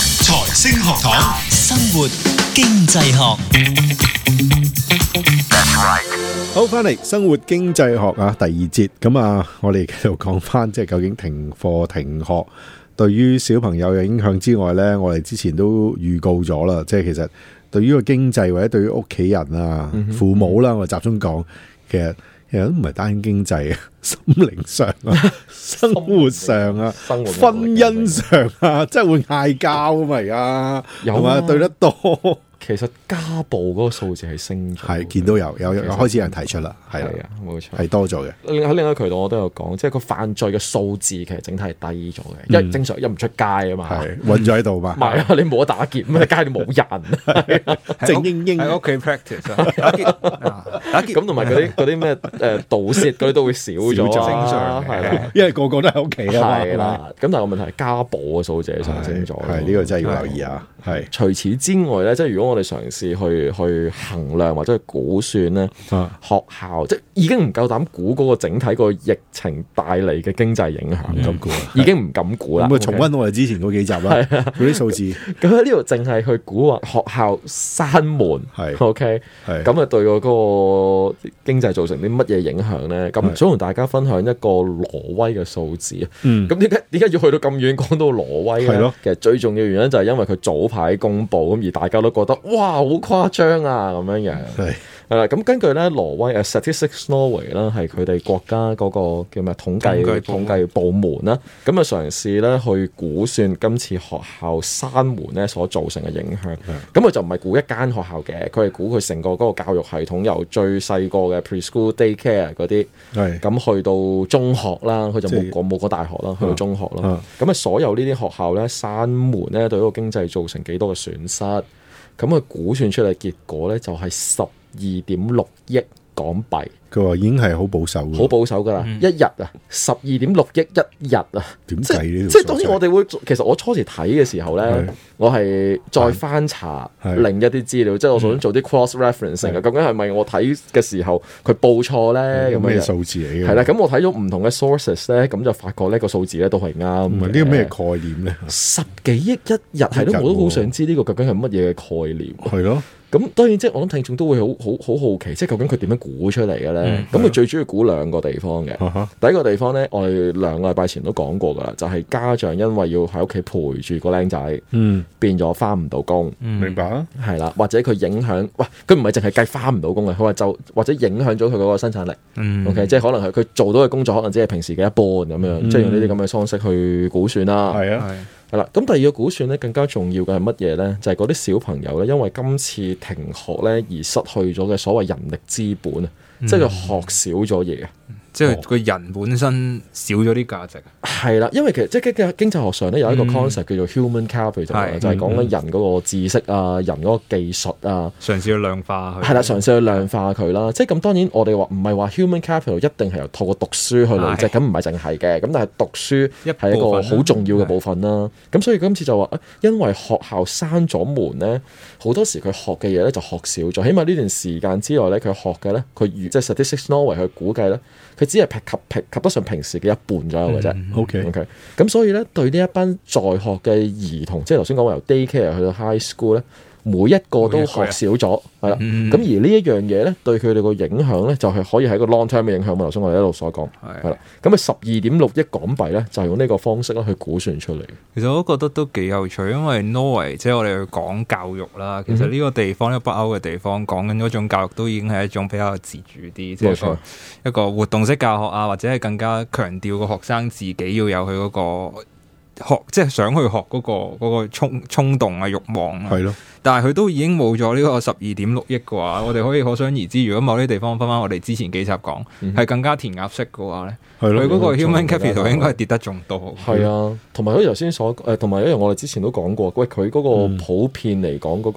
星學堂，生活經濟學，好，翻嚟生活經濟學啊，第二節咁啊，我哋繼續講翻，即係究竟停課停學對於小朋友嘅影響之外呢，我哋之前都預告咗啦，即係其實對於個經濟或者對於屋企人啊、嗯父母啦，我哋集中講，其實其實都唔係單經濟啊， 心靈上 啊、生活上啊、生活壓婚力姻上啊，真係會嗌交啊嘛，而家有同啊埋對得 多，其實家暴嗰個數字係升咗，係見到有有有其實開始有人提出啦，係係啦，啊，冇錯。係多咗嘅，另喺另一個渠道我都有講，即係個犯罪嘅數字其實整體係低咗嘅，因為正常一唔出街啊嘛，嗯係韞咗喺度嘛唔。係啊，你冇得打劫，咁喺街度 冇人。靜英英喺屋企 practice 啊打劫啊，打劫咁同埋嗰 啲嗰啲咩誒盜竊嗰啲都會少咗啊，少咗係啦，因為個個都喺屋企啊嘛，係啦。咁但係個問題係家暴嘅數字係上升咗，係呢個真係要留意啊，係除此之外咧，即係如果我哋嘗試去去衡量或者去估算咧，啊學校即係已經唔夠膽估嗰個整體個疫情帶嚟嘅經濟影嗯響，咁估已經唔敢估啊啦。啊咁啊重温我哋之前嗰幾集啦，嗰啲數字 OK 咁喺呢度淨係去估話學校閂門，係 OK，係咁啊對個嗰個經濟造成啲乜嘢影響咧？咁想同大家分享一個挪威嘅數字啊。嗯咁點解點解要去到咁遠講到挪威係咧咯？其實最重要原因就係因為佢早排公佈，咁而大家都覺得哇好誇張啊咁樣樣。係係啦，咁根據咧挪威誒呃 Statistics Norway 啦，係佢哋國家嗰個叫咩統計統計部統計部門啦，咁啊嘗試咧去估算今次學校閂門咧所造成嘅影響。嗯咁佢就唔係估一間學校嘅，佢係估佢成個嗰個教育系統由最細個嘅 preschool daycare 嗰啲，係咁去到中學啦，佢就即係冇講冇講大學啦，去到中學啦啊。咁啊，所有呢啲學校咧閂門咧，對嗰個經濟造成幾多嘅損失？咁啊，估算出嚟結果咧就係十二點六億港幣，佢話已經係好保守嘅，好保守㗎啦，一日啊，十二點六億一日啊，點即計呢條數係即係當然我哋會，其實我初時睇嘅時候咧係，我係再翻查係嗯另一啲資料，即係我想做啲 cross referencing 啊，究竟係咪我睇嘅時候佢報錯咧咁咁咩樣樣？數字嚟嘅？係啦，咁我睇咗唔同嘅 sources 咧，咁就發覺呢個數字咧都係啱嘅。唔係呢個咩概念咧？十幾億一日係一日咯，我都好喎想知呢個究竟係乜嘢嘅概念。係咯，咁當然即係我諗聽眾都會好好好好奇，即係究竟佢點樣估出嚟嘅嗯咧？咁佢最主要估兩個地方嘅。啊哈第一個地方咧，我哋兩個禮拜前都講過噶啦，就係、家長因為要喺屋企陪住個僆仔，嗯，變咗翻唔到工。明白啊，係啦，或者佢影響，喂，佢唔係淨係計翻唔到工嘅，佢話就或者影響咗佢嗰個生產力。嗯 OK，即係可能係佢做到嘅工作，可能只係平時嘅一半咁樣，即係用呢啲咁嘅方式去估算啦。係啊，係係啦，咁第二個估算咧，更加重要嘅係乜嘢咧？就係嗰啲小朋友咧，因為今次停學咧而失去咗嘅所謂人力資本啊，嗯即係佢學少咗嘢啊。即係個人本身少咗啲價值，係啦，因為其實即係經經濟學上咧有一個嗯 concept 叫做 human capital，啊係嗯就係講緊人嗰個知識啊、人嗰個技術啊，嘗試去量化佢。係啦，嘗試去量化佢啦。即係咁當然我哋話唔係話 human capital 一定係由透過讀書去累積，係咁唔係淨係嘅。咁但係讀書一係一部個分啦好重要嘅部分啦。咁所以今次就話，啊因為學校閂咗門咧，好多時佢學嘅嘢咧就學少咗。起碼呢段時間之內咧，佢學嘅咧，佢如即係 Statistics Norway 去估計咧，佢只係及及及得上平時嘅一半左右嘅啫。 ，OK， OK，咁所以咧，對呢一班在學嘅兒童，即係頭先講話由 daycare 去到 high school 咧，每一個都學少咗，係啦。咁、嗯而呢一樣嘢咧，對佢哋個影響咧，就係、可以係一個 long term 嘅影響嘛。頭先我哋一路所講，係係啦。咁啊，十二點六億港幣咧，就係用呢個方式咧去估算出嚟。其實我都覺得都幾有趣，因為 Norway 即係我哋去講教育嗯啦。其實呢個地方，呢、個北歐嘅地方，講緊嗰種教育都已經係一種比較自主啲，即係一冇錯個一個活動式教學啊，或者係更加強調個學生自己要有佢嗰、個學，即係想去學嗰、個嗰、個衝衝動啊、慾望啊。係咯，但係佢都已經冇咗呢個十二點六億嘅話，我哋可以可想而知，如果某啲地方翻翻我哋之前幾集講，係、嗯更加填鴨式嘅話咧，係佢咯，嗰個仲更 human 加 capital 應該係跌得仲多。係啊，同埋好似頭先所誒，同埋一樣我哋之前都講過，喂，佢嗰個普遍嚟講嗰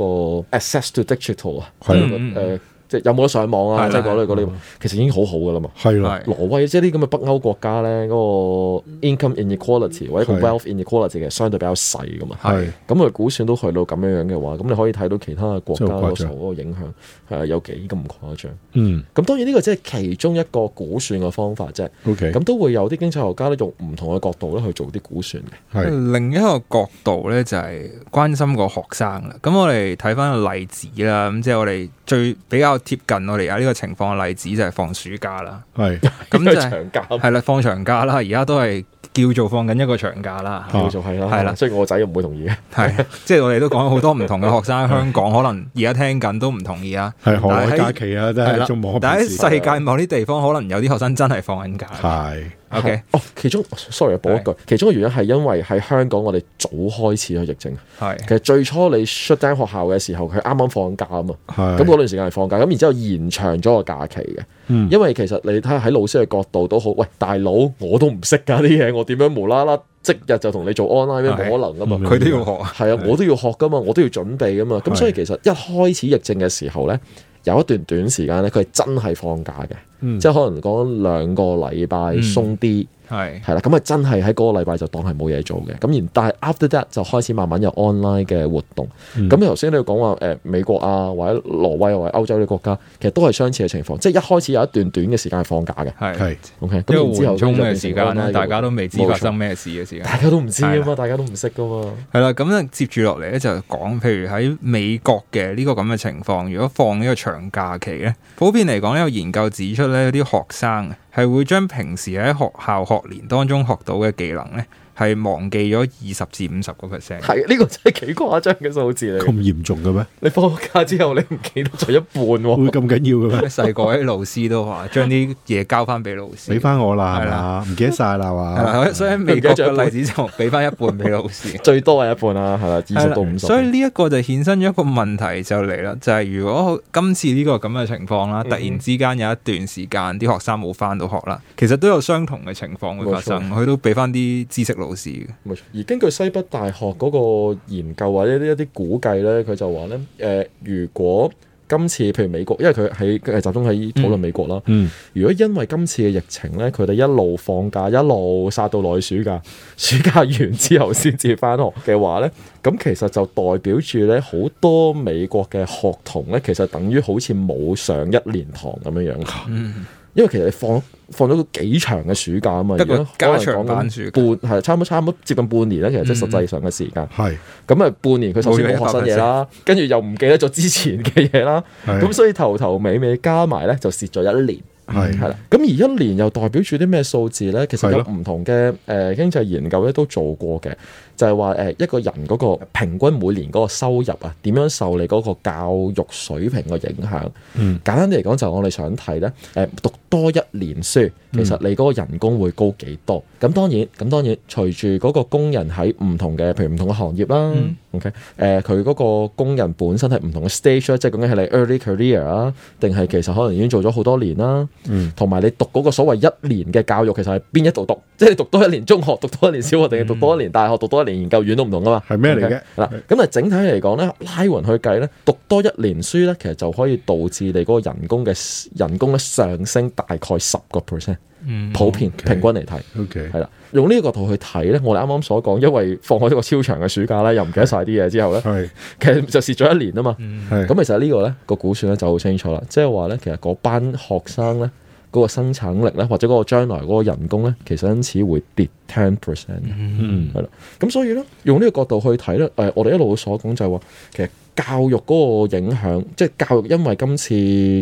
個 access to digital 啊，係誒、嗯嗯即係有冇得上網啊？係啦即係嗰類嗰類，其實已經好好噶啦嘛。係啦，係挪威即係啲咁嘅北歐國家咧，嗰、嗯個 income inequality 或者係個 wealth inequality 其實相對比較細噶嘛。係咁啊佢估算都去到咁樣樣嘅話，咁你可以睇到其他嘅國家真係好誇嗰張個影響係有幾咁誇張。嗯咁當然呢個只係其中一個估算嘅方法啫。 ，OK，咁都會有啲經濟學家咧用唔同嘅角度咧去做啲估算嘅。係另一個角度咧就係、關心個學生啦。咁我哋睇翻個例子啦，咁即係我哋最比較貼近我哋而家啊呢個情況嘅例子就係放暑假啦。係咁就係啊長假係啦，放長假啦，而家都係叫做放緊一個長假啦。啊叫做係啦，係啦所以我仔又唔會同意嘅。係，即係我哋都講好多唔同嘅學生，香港可能而家聽緊都唔同意啊。係何但係來喺假期啊？真係係啦仲冇但喺事，世界某啲地方，可能有啲學生真係放緊假。係 OK，哦，其中 sorry 補一句，其中嘅原因係因為喺香港我哋早開始去疫症。係其實最初你 shut down 學校嘅時候，佢啱啱放假啊嘛，係咁嗰段時間係放假，咁然之後延長咗個假期嘅。嗯因為其實你睇下喺老師嘅角度都好，喂大佬我都唔識㗎啲嘢，我點樣無啦啦即日就同你做 online 咩？冇係可能㗎嘛。佢都要學啊。係啊，我都要學噶嘛，我都要準備噶嘛。咁嗯係所以其實一開始疫症嘅時候咧，有一段短時間咧，佢係真係放假嘅，嗯即係可能講兩個禮拜鬆啲，係係啦、咁啊真係喺嗰個禮拜就當係冇嘢做嘅。咁然但係 after that 就開始慢慢有 online 嘅活動。嗯咁你頭先你講話誒美國啊，或者挪威啊或者歐洲啲國家，其實都係相似嘅情況，即係一開始有一段短嘅時間係放假嘅。係係 OK，一咁個然之後緩衝就變成嘅時間 online 咧，嘅大家都未知活動發生，咩事嘅時間 冇錯。大家都唔知啊係啦嘛，大家都唔識噶嘛，係啦，咁咧接住落嚟咧就講，譬如喺美國嘅呢個咁嘅情況，如果放呢個長假期咧，普遍嚟講有研究指出咧，有啲學生係會將平時喺學校學年當中學到嘅技能咧，係忘記咗二十至五十個 percent。係呢個真係幾誇張嘅數字嚟嘅。 咁嚴重嘅咩？你放假之後，你唔記得咗一半會喎、咁緊要嘅咩？細個啲老師都話將啲嘢交翻俾老師，俾翻啊我啦，係係啦嘛？唔記得晒啦，係係嘛？啦，所以喺美國嘅例子就俾翻一半俾老師。最多係一半啊啦，係啦，二十到五十。所以呢一個就衍生咗一個問題就嚟啦，就係、如果今次呢個咁嘅情況嗯啦，突然之間有一段時間啲學生冇翻到學啦，其實都有相同嘅情況會發生，佢都俾翻啲知識老師嘅，啊冇錯。而根據西北大學嗰個研究或者一啲估計咧，佢就話咧，誒、如果今次譬如美國，因為佢喺佢係集中喺討論美國啦。嗯，如果因為今次嘅疫情咧，佢哋一路放假，一路殺到落去暑假，暑假完之後先至翻學嘅話咧，咁其實就代表住咧好多美國嘅學童咧，其實等於好似冇上一年堂咁樣樣。嗯，因為其實你放放咗幾長嘅暑假啊嘛，得個而家可能加長版講暑假緊半係差唔多差唔多接近半年啦，其實即嗯係實際上嘅時間。係咁啊，半年佢首先冇學新嘢啦，跟住又唔記得咗之前嘅嘢啦，係咁所以頭頭尾尾加埋咧就蝕咗一年。係係啦，咁而一年又代表住啲咩數字咧？其實嗯係有咯唔同嘅誒、呃、經濟研究咧都做過嘅，就係話呃誒一個人嗰個平均每年嗰個收入啊，點樣受你嗰個教育水平嘅影響？嗯簡單啲嚟講，就係我哋想睇咧，誒、讀多一年書，其實你嗰個人工會高幾多？咁、當然，咁當然，隨住嗰個工人喺唔同嘅，譬如唔同嘅行業啦、嗯 o k 誒、佢嗰個工人本身係唔同嘅 stage 啦，即係究竟係你 early career 啊，定係其實可能已經做咗好多年啦，嗯同埋你讀嗰個所謂一年嘅教育，其實係邊一度讀？ 即係你讀多一年中學，讀多一年小學，定係讀多一年大學，讀多一年研究院都唔同噶嘛？係咩嚟嘅？嗱，咁但係整體嚟講咧，拉勻去計咧，讀多一年書咧，其實就可以導致你嗰個人工嘅人工咧上升大概十個 percent，嗯普遍 OK 平均嚟睇。 OK，係啦，用呢個角度去睇咧，我哋啱啱所講，因為放開一個超長嘅暑假咧，又唔記得晒啲嘢之 後咧，係其實就蝕咗一年啊嘛。係咁其實呢個咧個估算咧就好清楚啦，即係話咧，其實嗰班學生咧嗰個生產力咧，或者嗰個將來嗰個人工咧，其實因此會跌 ten percent 嘅。嗯係啦，咁所以咧，用呢個角度去睇咧，誒、我哋一路所講就係話，其實教育嗰個影響，即係教育因為今次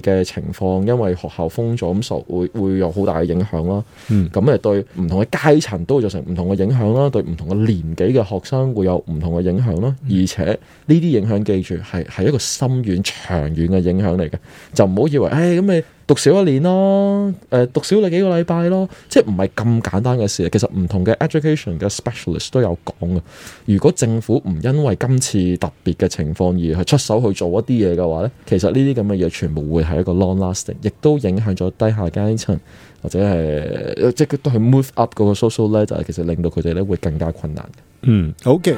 嘅情況，因為學校封咗，咁所會會有好大嘅影響啦。嗯咁誒對唔同嘅階層都會造成唔同嘅影響啦，對唔同嘅年紀嘅學生會有唔同嘅影響啦。而且呢啲影響記住係係一個深遠長遠嘅影響嚟嘅，就唔好以為誒哎咁、你讀少一年咯，誒、呃讀少你幾個禮拜咯，即係唔係咁簡單嘅事。其實唔同嘅 education 嘅 specialist 都有講嘅。如果政府唔因為今次特別嘅情況而去出手去做一啲嘢嘅話咧，其實呢啲咁嘅嘢全部會係一個 long lasting，亦都影響咗低下階層。或者係即係佢都係 move up 嗰個 social ladder，其實令到佢哋咧會更加困難。嗯，好嘅，